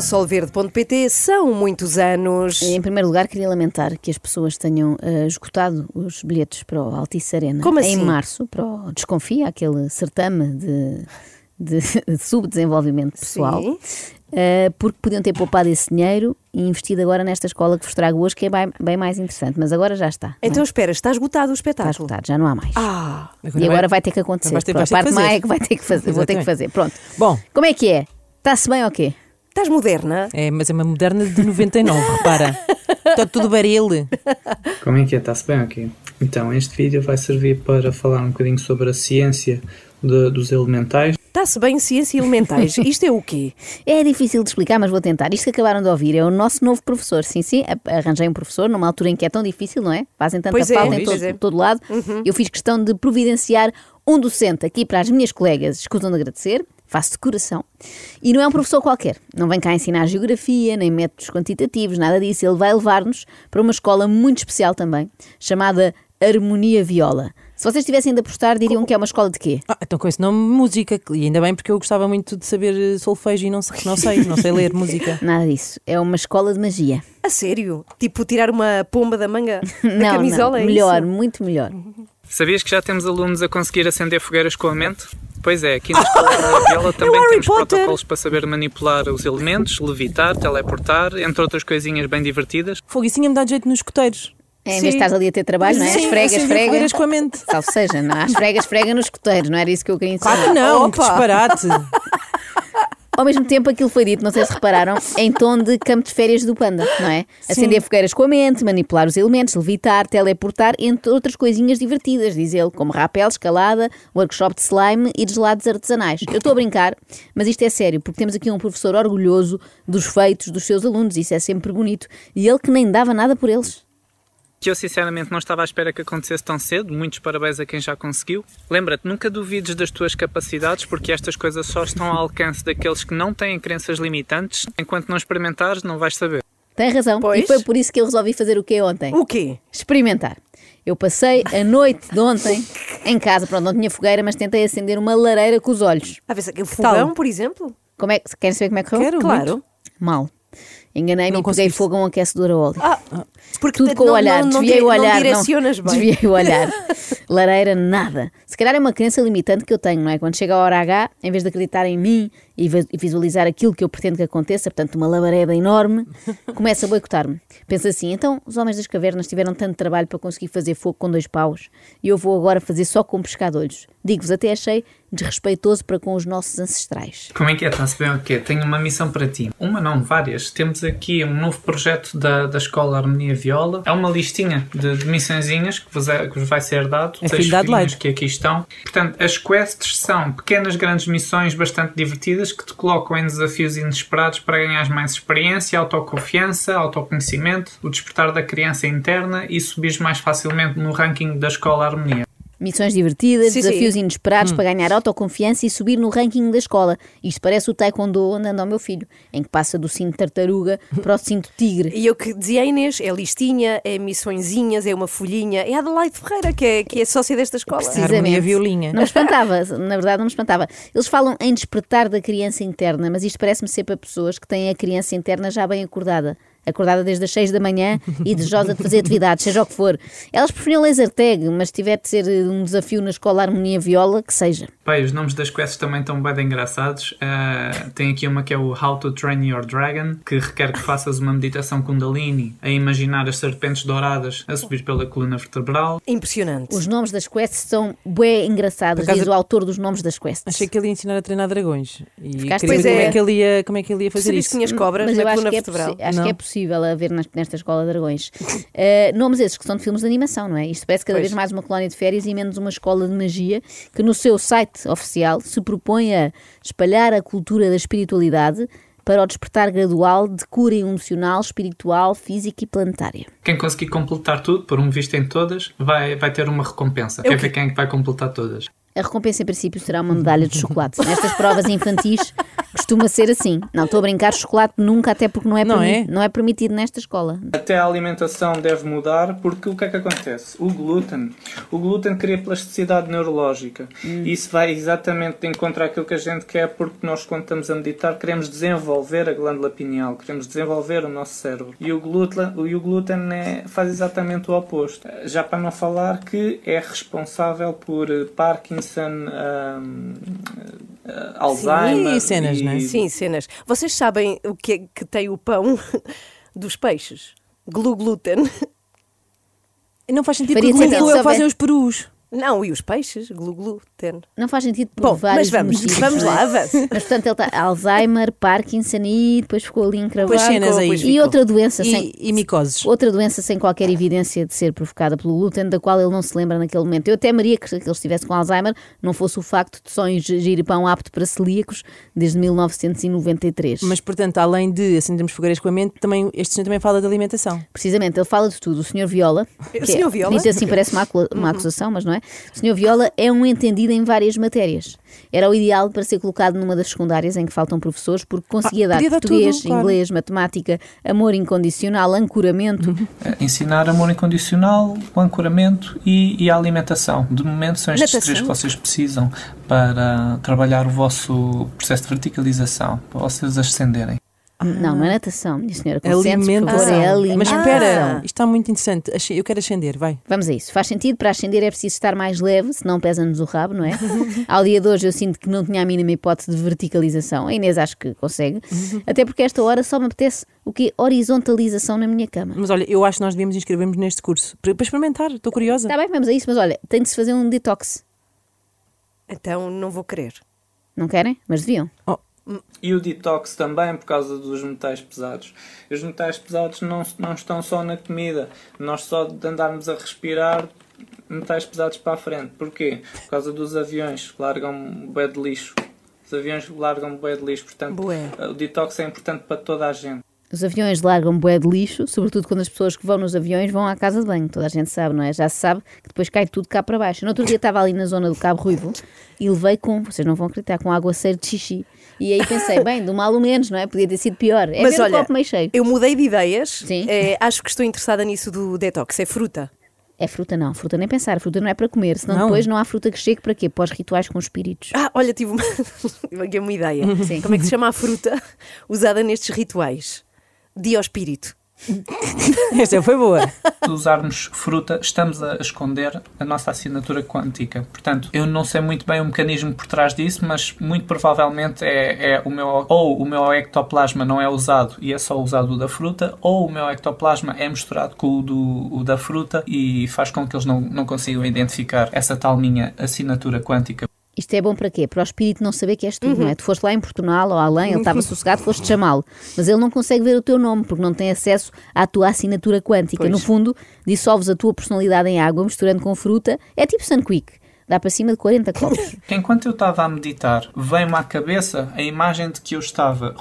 solverde.pt. São muitos anos. Em primeiro lugar, queria lamentar que as pessoas tenham eh, esgotado os bilhetes para o Altice Arena Como em assim? março, para o Desconfia, aquele certame de, de subdesenvolvimento pessoal, Sim. eh, porque podiam ter poupado esse dinheiro e investido agora nesta escola que vos trago hoje, que é bem, bem mais interessante, mas agora já está. não é? Então espera, está esgotado o está espetáculo. esgotado, já não há mais. Ah, e é- agora vai ter que acontecer. vais ter- Pronto, vais a ter que parte fazer. má é que vai ter que fazer. Vou ter que Exatamente. fazer. Pronto. Bom. Como é que é? Está-se bem ou quê? estás moderna? É, mas é uma moderna de 99, repara. Está tudo barele. Como é que é? Está-se bem aqui? Então, este vídeo vai servir para falar um bocadinho sobre a ciência de- dos elementais. Está-se bem ciência e elementais. Isto é o quê? É difícil de explicar, mas vou tentar. Isto que acabaram de ouvir é o nosso novo professor. Sim, sim, a- arranjei um professor numa altura em que é tão difícil, não é? Fazem tanta Pois é, falta em pois todo, é. todo lado. Eu fiz questão de providenciar um docente aqui para as minhas colegas. Escusam de agradecer, faço de coração. E não é um professor qualquer. Não vem cá ensinar geografia, nem métodos quantitativos, nada disso. Ele vai levar-nos para uma escola muito especial também, chamada Harmonia Viola. Se vocês tivessem de apostar, diriam que é uma escola de quê? Ah, então com esse nome, música. que- E ainda bem porque eu gostava muito de saber eh, solfejo e não sei, não sei, não sei ler música. Nada disso. É uma escola de magia. A sério? Tipo, tirar uma pomba da manga da não, camisola? não. é Melhor, isso? muito melhor. Uhum. Sabias que já temos alunos a conseguir acender fogueiras com a mente? Pois é, aqui na Escola da Viola também Harry temos Potter. protocolos para saber manipular os elementos, levitar, teleportar, entre outras coisinhas bem divertidas. Fogo, isso tinha-me dado jeito nos escoteiros. É, em vez de estás ali a ter trabalho, não é? Sim, Esfrega, acendi esfrega. fogueiras com a mente. Salve seja, não é? há esfrega, esfrega nos coteiros, não era isso que eu queria ensinar. Claro que não, que Opa. disparate. Ao mesmo tempo, aquilo foi dito, não sei se repararam, em tom de campo de férias do panda, não é? Acender fogueiras com a mente, manipular os elementos, levitar, teleportar, entre outras coisinhas divertidas, diz ele, como rapel, escalada, workshop de slime e gelados artesanais. Eu estou a brincar, mas isto é sério, porque temos aqui um professor orgulhoso dos feitos dos seus alunos, isso é sempre bonito, e ele que nem dava nada por eles. Que eu sinceramente não estava à espera que acontecesse tão cedo. Muitos parabéns a quem já conseguiu. Lembra-te, nunca duvides das tuas capacidades, porque estas coisas só estão ao alcance daqueles que não têm crenças limitantes. Enquanto não experimentares, não vais saber. Tem razão, Pois. e foi por isso que eu resolvi fazer o que ontem. O quê? experimentar. Eu passei a noite de ontem em casa, pronto, não tinha fogueira, mas tentei acender uma lareira com os olhos. A ver, se- fogão, tal? por exemplo? Como é que querem saber como é que correu? Quero Claro. muito. Mal. Enganei-me Não e peguei conseguiste. fogo a um aquecedor a óleo. Ah, porque Tudo te- com o não- olhar, não- não desviei dire- o olhar. Não direcionas não. bem. Desviei o olhar. Lareira, nada. Se calhar é uma crença limitante que eu tenho, não é? Quando chega a hora H, em vez de acreditar em mim e vi- e visualizar aquilo que eu pretendo que aconteça, portanto, uma labareda enorme, começa a boicotar-me. Pensa assim, então os homens das cavernas tiveram tanto trabalho para conseguir fazer fogo com dois paus e eu vou agora fazer só com pescadores. Digo-vos, até achei desrespeitoso para com os nossos ancestrais. Como é que é? Está-se bem o quê? Tenho uma missão para ti. Uma não, várias. Temos aqui um novo projeto da, da Escola Harmonia Viola. É uma listinha de, de missõezinhas que vos, é- que vos vai ser dado. É Seis filho de Adelaide. folhinhas que aqui estão. Portanto, as quests são pequenas, grandes missões bastante divertidas que te colocam em desafios inesperados para ganhares mais experiência, autoconfiança, autoconhecimento, o despertar da criança interna e subires mais facilmente no ranking da Escola Harmonia. Missões divertidas, Sim, sim. desafios inesperados para ganhar autoconfiança e subir no ranking da escola. Isto parece o taekwondo onde anda o meu filho, em que passa do cinto tartaruga para o cinto tigre. E eu que dizia à Inês, é listinha, é missõezinhas, é uma folhinha, é a Adelaide Ferreira, que é, que é sócia desta escola. Precisa. harmonia violinha. Não me espantava, na verdade não me espantava. Eles falam em despertar da criança interna, mas isto parece-me ser para pessoas que têm a criança interna já bem acordada. Acordada desde as 6 da manhã e desejosa de fazer atividades, seja o que for. Elas preferiam laser tag, mas se tiver de ser um desafio na escola harmonia viola, que seja. Pai, os nomes das quests também estão bem engraçados. Ah, tem aqui uma que é o How to Train Your Dragon, que requer que faças uma meditação Kundalini a imaginar as serpentes douradas a subir pela coluna vertebral. Impressionante. Os nomes das quests são bué engraçados, Por acaso- diz o autor dos nomes das quests. Achei que ele ia ensinar a treinar dragões. E queria Ficaste- ver Pois como, é. é que ele ia, como é que ele ia Tu fazer sabias isso. que tinhas cobras Mas na eu acho coluna que, é vertebral? possi- acho que é Não. possível haver nas- nesta escola de dragões. Eh, nomes esses que são de filmes de animação, não é? Isto parece cada Pois. vez mais uma colónia de férias e menos uma escola de magia que no seu site oficial se propõe a espalhar a cultura da espiritualidade para o despertar gradual de cura emocional, espiritual, física e planetária. Quem conseguir completar tudo, por um visto em todas, vai, vai ter uma recompensa. Quer ver quem é que vai completar todas? A recompensa, em princípio, será uma medalha de chocolate. Nestas provas infantis costuma ser assim. Não, estou a brincar, chocolate nunca, até porque não é, Não permi- é? não é permitido nesta escola. Até a alimentação deve mudar, porque o que é que acontece? O glúten. O glúten cria plasticidade neurológica. Isso vai exatamente de encontro àquilo que a gente quer, porque nós, quando estamos a meditar, queremos desenvolver a glândula pineal, queremos desenvolver o nosso cérebro. E o glúten, e o glúten é- faz exatamente o oposto. Já para não falar que é responsável por eh, Parkinson, hum, eh, Alzheimer e cenas, né? Sim, cenas. Vocês sabem o que é que tem o pão dos peixes? Glu glúten. Não faz sentido Faria porque sentido o se eu fazem houver- os perus. Não, e os peixes? Glu glúten. Não faz sentido por Bom, vários mas vamos, motivos, vamos não é? lá, avance. Mas portanto ele está Alzheimer, Parkinson e depois ficou ali encravado. Pois cenas aí, e ficou. outra doença sem. E, e micoses. Outra doença sem qualquer evidência de ser provocada pelo glúten, da qual ele não se lembra naquele momento. Eu até maria que, que ele estivesse com Alzheimer, não fosse o facto de só ingerir pão apto para celíacos desde 1993. Mas, portanto, além de acendermos fogueiras com a mente, também, este senhor também fala de alimentação. Precisamente, ele fala de tudo. O Sr. Viola, O Sr. Viola? Dito assim parece uma, acula- uma acusação, mas não é? O Sr. Viola é um entendido em várias matérias. Era o ideal para ser colocado numa das secundárias em que faltam professores, porque conseguia dar Ah, podia dar português, tudo, claro. inglês, matemática, amor incondicional, ancoramento. Uhum. É, ensinar amor incondicional, o ancoramento e, e a alimentação. De momento são estes Natação. três que vocês precisam para trabalhar o vosso processo de verticalização, para vocês ascenderem. Não, não é natação, minha senhora. Concentre, por favor, Alimentação. é alimentação. Mas espera, isto está muito interessante. Asce- Eu quero ascender, vai. Vamos a isso. Faz sentido, para ascender é preciso estar mais leve, senão pesa-nos o rabo, não é? Ao dia de hoje eu sinto que não tinha a mínima hipótese de verticalização. A Inês acho que consegue. Até porque esta hora só me apetece o quê? Horizontalização na minha cama. Mas olha, eu acho que nós devíamos inscrever-nos neste curso. Para para experimentar, estou curiosa. Está Tá bem, vamos a isso, mas olha, tem de se fazer um detox. Então não vou querer. Não querem? Mas deviam. E o detox também, por causa dos metais pesados. Os metais pesados não, não estão só na comida. Nós só de andarmos a respirar metais pesados para a frente. Porquê? Por causa dos aviões que largam bué de lixo. Os aviões largam bué de lixo, portanto, Bué. o detox é importante para toda a gente. Os aviões largam bué de lixo, sobretudo quando as pessoas que vão nos aviões vão à casa de banho. Toda a gente sabe, não é? Já se sabe que depois cai tudo cá para baixo. No outro dia estava ali na zona do Cabo Ruivo e levei com, vocês não vão acreditar, com aguaceiro de xixi. E aí pensei, bem, do mal ou menos, não é? Podia ter sido pior. É Mas ver o olha, copo meio cheio. eu mudei de ideias. Sim. Eh, acho que estou interessada nisso do detox. É fruta. É fruta não, fruta nem pensar, fruta não é para comer, senão Não. depois não há fruta que chegue para quê? Para os rituais com espíritos. Ah, olha, tive uma, tive uma ideia. Sim. Como é que se chama a fruta usada nestes rituais? Diospírito. Esta foi boa. se usarmos fruta, estamos a esconder a nossa assinatura quântica. Portanto, eu não sei muito bem o mecanismo por trás disso, mas muito provavelmente é, é o meu ou o meu ectoplasma não é usado e é só usado o da fruta, ou o meu ectoplasma é misturado com o, do, o da fruta e faz com que eles não, não consigam identificar essa tal minha assinatura quântica. Isto é bom para quê? Para o espírito não saber que és tu, não é? Tu foste lá importuná-lo ou além, ele estava sossegado, foste chamá-lo. Mas ele não consegue ver o teu nome, porque não tem acesso à tua assinatura quântica. No fundo, dissolves a tua personalidade em água, misturando com fruta. É tipo Sunquick. Dá para cima de 40 copos. Enquanto eu estava a meditar, veio-me à cabeça a imagem de que eu estava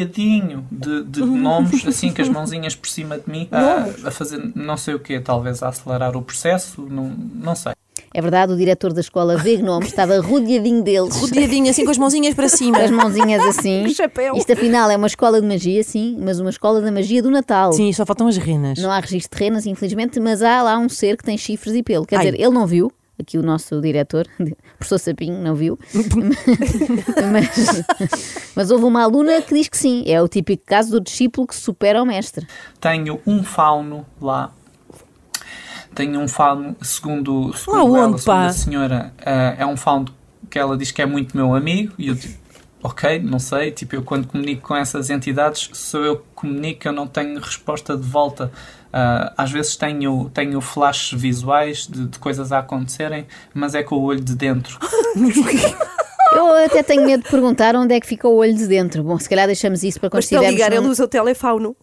rodeadinho de, de gnomos, assim com as mãozinhas por cima de mim, a, a fazer não sei o quê, talvez a acelerar o processo, não, não sei. É verdade, o diretor da escola vê gnomos, estava rodeadinho deles. Rodeadinho, assim, com as mãozinhas para cima. Com as mãozinhas assim. Que chapéu. Isto afinal é uma escola de magia, sim, mas uma escola da magia do Natal. Sim, só faltam as renas. Não há registro de renas, infelizmente, mas há lá um ser que tem chifres e pelo. Quer Ai. dizer, ele não viu, aqui o nosso diretor, o professor Sapinho, não viu. mas, mas houve uma aluna que diz que sim. É o típico caso do discípulo que supera o mestre. Tenho um fauno lá. Tenho um fauno, segundo, segundo Lá ela, onde, segundo pá? a senhora, eh, é um fauno que ela diz que é muito meu amigo e eu digo, ok, não sei, tipo, eu quando comunico com essas entidades, sou eu que comunico, eu não tenho resposta de volta. Ah, às vezes tenho, tenho flashes visuais de, de coisas a acontecerem, mas é com o olho de dentro. Eu até tenho medo de perguntar onde é que fica o olho de dentro. Bom, se calhar deixamos isso para quando Mas para estivermos ligar, num- ele usa o telefauno.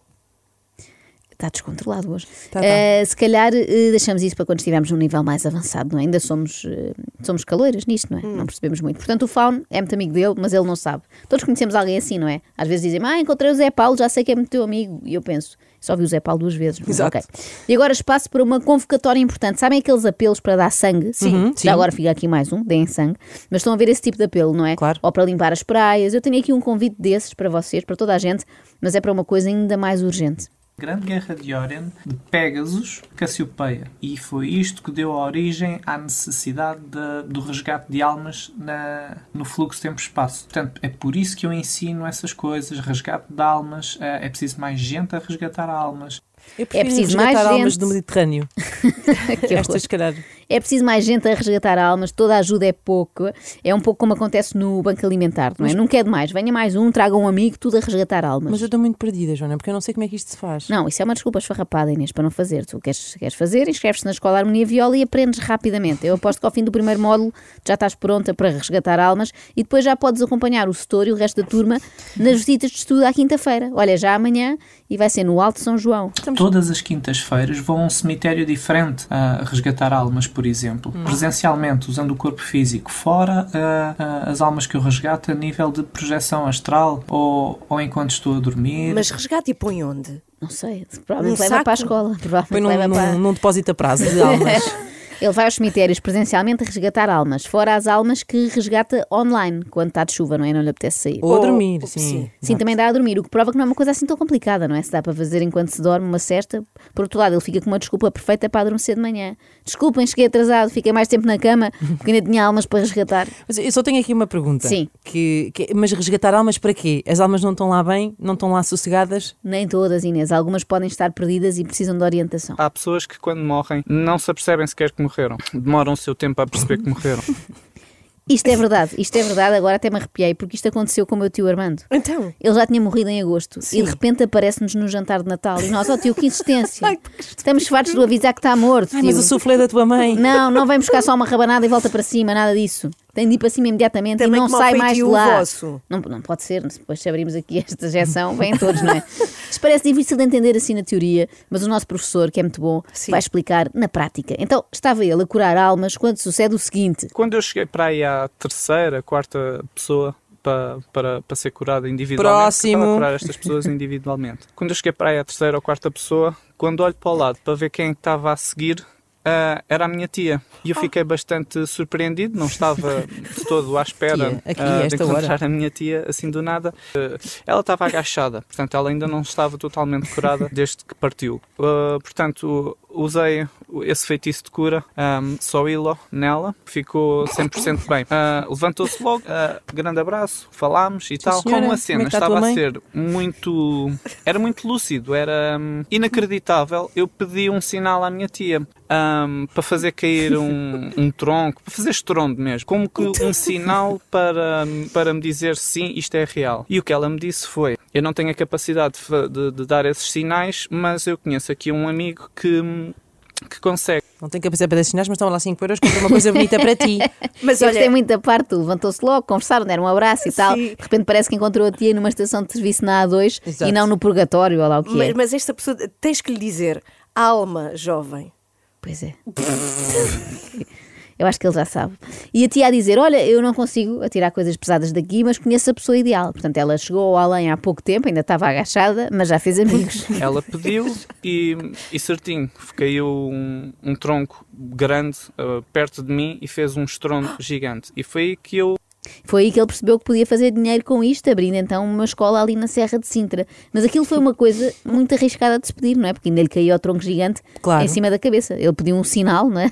Está descontrolado hoje. Tá, tá. Eh, se calhar eh, deixamos isso para quando estivermos num nível mais avançado, não é? Ainda somos, eh, somos caloiras nisto, não é? Hum. Não percebemos muito. Portanto, o Faun é muito amigo dele, mas ele não sabe. Todos conhecemos alguém assim, não é? Às vezes dizem, ah, encontrei o Zé Paulo, já sei que é muito teu amigo. E eu penso, só vi o Zé Paulo duas vezes. mas Exato. ok. E agora espaço para uma convocatória importante. Sabem aqueles apelos para dar sangue? Sim. Já Uhum, sim. agora fica aqui mais um, deem sangue. Mas estão a ver esse tipo de apelo, não é? Claro. Ou para limpar as praias. Eu tenho aqui um convite desses para vocês, para toda a gente, mas é para uma coisa ainda mais urgente. Grande Guerra de Órion, de Pégasus, Cassiopeia. E foi isto que deu origem à necessidade da- do resgate de almas na- no fluxo tempo-espaço. Portanto, é por isso que eu ensino essas coisas, resgate de almas, eh, é preciso mais gente a resgatar almas. Eu prefiro É preciso resgatar mais almas gente. do Mediterrâneo. Que horror. Estas, se calhar. É preciso mais gente a resgatar almas, toda a ajuda é pouco. É um pouco como acontece no Banco Alimentar, não é? Nunca é demais. Venha mais um, traga um amigo, tudo a resgatar almas. Mas eu estou muito perdida, Joana, porque eu não sei como é que isto se faz. Não, isso é uma desculpa esfarrapada, Inês, para não fazer. Tu queres, queres fazer, inscreves-te na Escola Harmonia Viola e aprendes rapidamente. Eu aposto que ao fim do primeiro módulo já estás pronta para resgatar almas e depois já podes acompanhar o setor e o resto da turma nas visitas de estudo à quinta-feira. Olha, já amanhã e vai ser no Alto São João. Então, Todas as quintas-feiras vão a um cemitério diferente a resgatar almas, por exemplo. Presencialmente, usando o corpo físico, fora ah, ah, as almas que eu resgato a nível de projeção astral ou, ou enquanto estou a dormir. Mas resgate e põe onde? Não sei, provavelmente Num leva saco? para a escola. Foi Provavelmente num, leva para... num, num depósito a prazo de almas. Ele vai aos cemitérios presencialmente a resgatar almas, fora as almas que resgata online, quando está de chuva, não é? Não lhe apetece sair. Ou a dormir, ou- sim. sim. Sim, também dá a dormir, o que prova que não é uma coisa assim tão complicada, não é? Se dá para fazer enquanto se dorme uma cesta, por outro lado, ele fica com uma desculpa perfeita para adormecer de manhã. Desculpem, cheguei atrasado, fiquei mais tempo na cama, porque ainda tinha almas para resgatar. Mas eu só tenho aqui uma pergunta. Sim. Que, que- mas resgatar almas para quê? As almas não estão lá bem, não estão lá sossegadas. Nem todas, Inês, algumas podem estar perdidas e precisam de orientação. Há pessoas que, quando morrem, não se apercebem sequer que morreram. Demoram o seu tempo a perceber que morreram. Isto é verdade, isto é verdade, agora até me arrepiei, porque isto aconteceu com o meu tio Armando. Então, Ele já tinha morrido em agosto e de repente aparece-nos no jantar de Natal e nós, ó tio, que insistência. é Estamos fartos de o avisar que está morto. Ai, mas tio. o soufflé da tua mãe. um Não, não vem buscar só uma rabanada e volta para cima, nada disso. Tem de ir para cima imediatamente Também e não que mal sai feitio mais de o lá. vosso. Não, não pode ser, depois se abrimos aqui esta gestão, vêm todos, não é? Isto parece difícil de entender assim na teoria, mas o nosso professor, que é muito bom, Sim. vai explicar na prática. Então, estava ele a curar almas quando sucede o seguinte. Quando eu cheguei para aí à terceira, quarta pessoa para, para, para ser curada individualmente, Próximo. eu estava a curar estas pessoas individualmente. Quando eu cheguei é para aí à terceira ou quarta pessoa, quando olho para o lado para ver quem é que estava a seguir, ah, era a minha tia. E eu Ah. fiquei bastante surpreendido, não estava de todo à espera Tia, aqui, ah, a de esta hora. encontrar a minha tia assim do nada. Ah, ela estava agachada, portanto, ela ainda não estava totalmente curada desde que partiu. Ah, portanto, usei esse feitiço de cura, ahm, só hilo nela, ficou 100% bem. Ah, Levantou-se logo, ah, grande abraço, falámos e tal. senhora, Como a como cena é que está a tua estava a mãe? ser muito. era muito lúcido, era hum, inacreditável, eu pedi um sinal à minha tia. hum, para fazer cair um, um tronco, para fazer estrondo mesmo, como que um sinal para, hum, para me dizer sim, isto é real. E o que ela me disse foi: eu não tenho a capacidade de fa- de, de dar esses sinais, mas eu conheço aqui um amigo que, hum, que consegue. Não tenho capacidade para destinar, mas estão lá 5 euros, compra uma coisa bonita para ti. mas Eu gostei olha, muito da parte, do levantou-se logo, conversaram, deram um abraço e tal. Sim. De repente parece que encontrou a tia numa estação de serviço na A2 Exato. e não no purgatório, olha lá o que mas, é. mas esta pessoa, tens que lhe dizer, alma jovem. Pois é. Eu acho que ele já sabe. E a tia a dizer: Olha, eu não consigo atirar coisas pesadas daqui, mas conheço a pessoa ideal. Portanto, ela chegou ao além há pouco tempo, ainda estava agachada, mas já fez amigos. Ela pediu e, e certinho, caiu um, um tronco grande ah, perto de mim e fez um estrondo gigante. E foi aí que eu Foi aí que ele percebeu que podia fazer dinheiro com isto, abrindo então uma escola ali na Serra de Sintra. Mas aquilo foi uma coisa muito arriscada de se pedir, não é? Porque ainda lhe caiu o tronco gigante Claro. em cima da cabeça. Ele pediu um sinal, não é?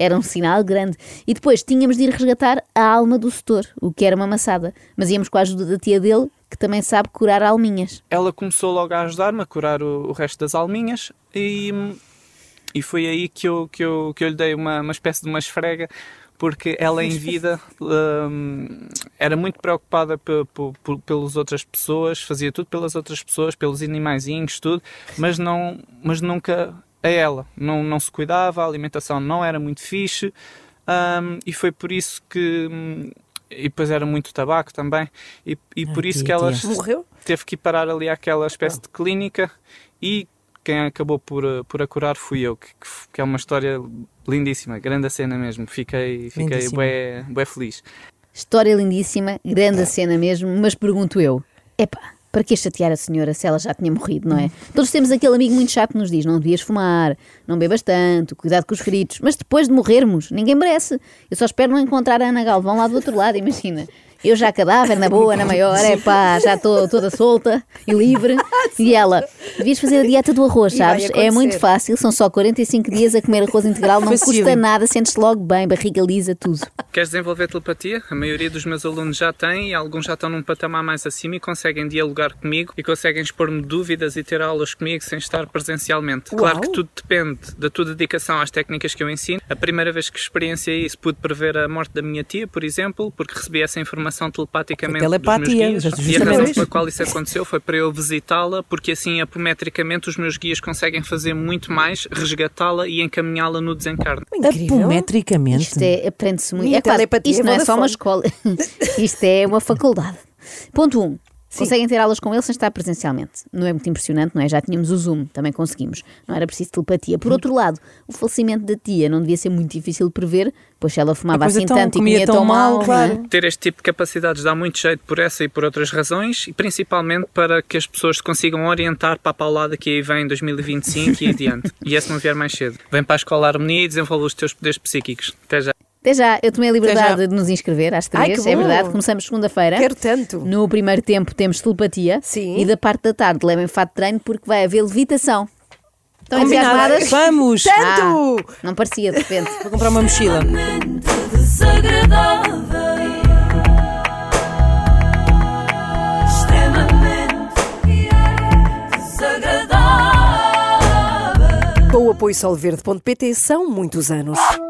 Era um sinal grande. E depois tínhamos de ir resgatar a alma do setor, o que era uma maçada. Mas íamos com a ajuda da tia dele, que também sabe curar alminhas. ela começou logo a ajudar-me a curar o, o resto das alminhas e, e foi aí que eu, que eu, que eu lhe dei uma, uma espécie de uma esfrega porque ela em vida hum, era muito preocupada pe- pe- pe- pelas outras pessoas, fazia tudo pelas outras pessoas, pelos animaizinhos, tudo, mas, não, mas nunca a ela. Não, não se cuidava, a alimentação não era muito fixe hum, e foi por isso que... hum, e depois era muito tabaco também, e, e por Ai, isso tia, que ela tia. Morreu? teve que ir parar ali àquela espécie de clínica e quem acabou por, eh, por a curar fui eu, que, que f- que é uma história lindíssima, grande a cena mesmo. Fiquei, fiquei Lindíssima. bué, bué feliz. História lindíssima, É. grande a cena mesmo, mas pergunto eu: epá, para que chatear a senhora se ela já tinha morrido, não Uhum. é? Todos temos aquele amigo muito chato que nos diz: não devias fumar, não bebas tanto, cuidado com os feridos, mas depois de morrermos, ninguém merece. Eu só espero não encontrar a Ana Galvão lá do outro lado, imagina. Eu já cadáver, na boa, na maior, epá, já estou toda solta e livre. E ela, devias fazer a dieta do arroz, E vai sabes? É muito acontecer. fácil, são só 45 dias a comer arroz integral, não Foi custa Cecília. nada, sentes logo bem, barriga lisa, tudo. Queres desenvolver telepatia? A maioria dos meus alunos já tem e alguns já estão num patamar mais acima e conseguem dialogar comigo e conseguem expor-me dúvidas e ter aulas comigo sem estar presencialmente. Claro que tudo depende da tua dedicação às técnicas que eu ensino. A primeira vez que experienciei isso pude prever a morte da minha tia, por exemplo, porque recebi essa informação telepaticamente Foi dos telepatia, meus já guias. te E a justamente. razão pela qual isso aconteceu foi para eu visitá-la, porque assim apometricamente os meus guias conseguem fazer muito mais, resgatá-la e encaminhá-la no desencarne. é Incrível. Apometricamente. Isto é, aprende-se muito. Minha É quase, telepatia isto não é só uma Vodafone. escola, isto é uma faculdade. Ponto 1. Um, conseguem ter aulas com ele sem estar presencialmente. Não é muito impressionante, não é? Já tínhamos o Zoom, também conseguimos. Não era preciso telepatia. Por outro lado, o falecimento da tia não devia ser muito difícil de prever, pois se ela fumava Pois assim então, tanto e comia tão, mal, não é? claro. ter este tipo de capacidades dá muito jeito por essa e por outras razões e principalmente para que as pessoas se consigam orientar para a paulada que aí vem em 2025 e adiante. E esse não vier mais cedo. Vem para a Escola Harmonia e desenvolve os teus poderes psíquicos. Até já. Até já, eu tomei a liberdade Até de nos inscrever às Ai, que três, é bom. verdade. Começamos segunda-feira. Quero tanto. No primeiro tempo temos telepatia Sim. e da parte da tarde levem fato de treino porque vai haver levitação. Estão Combinado. entusiasmadas? Vamos! Tanto! Ah, não parecia, de repente. Vou comprar uma mochila. extremamente desagradável. Extremamente desagradável. Com o apoio solverde.pt são muitos anos.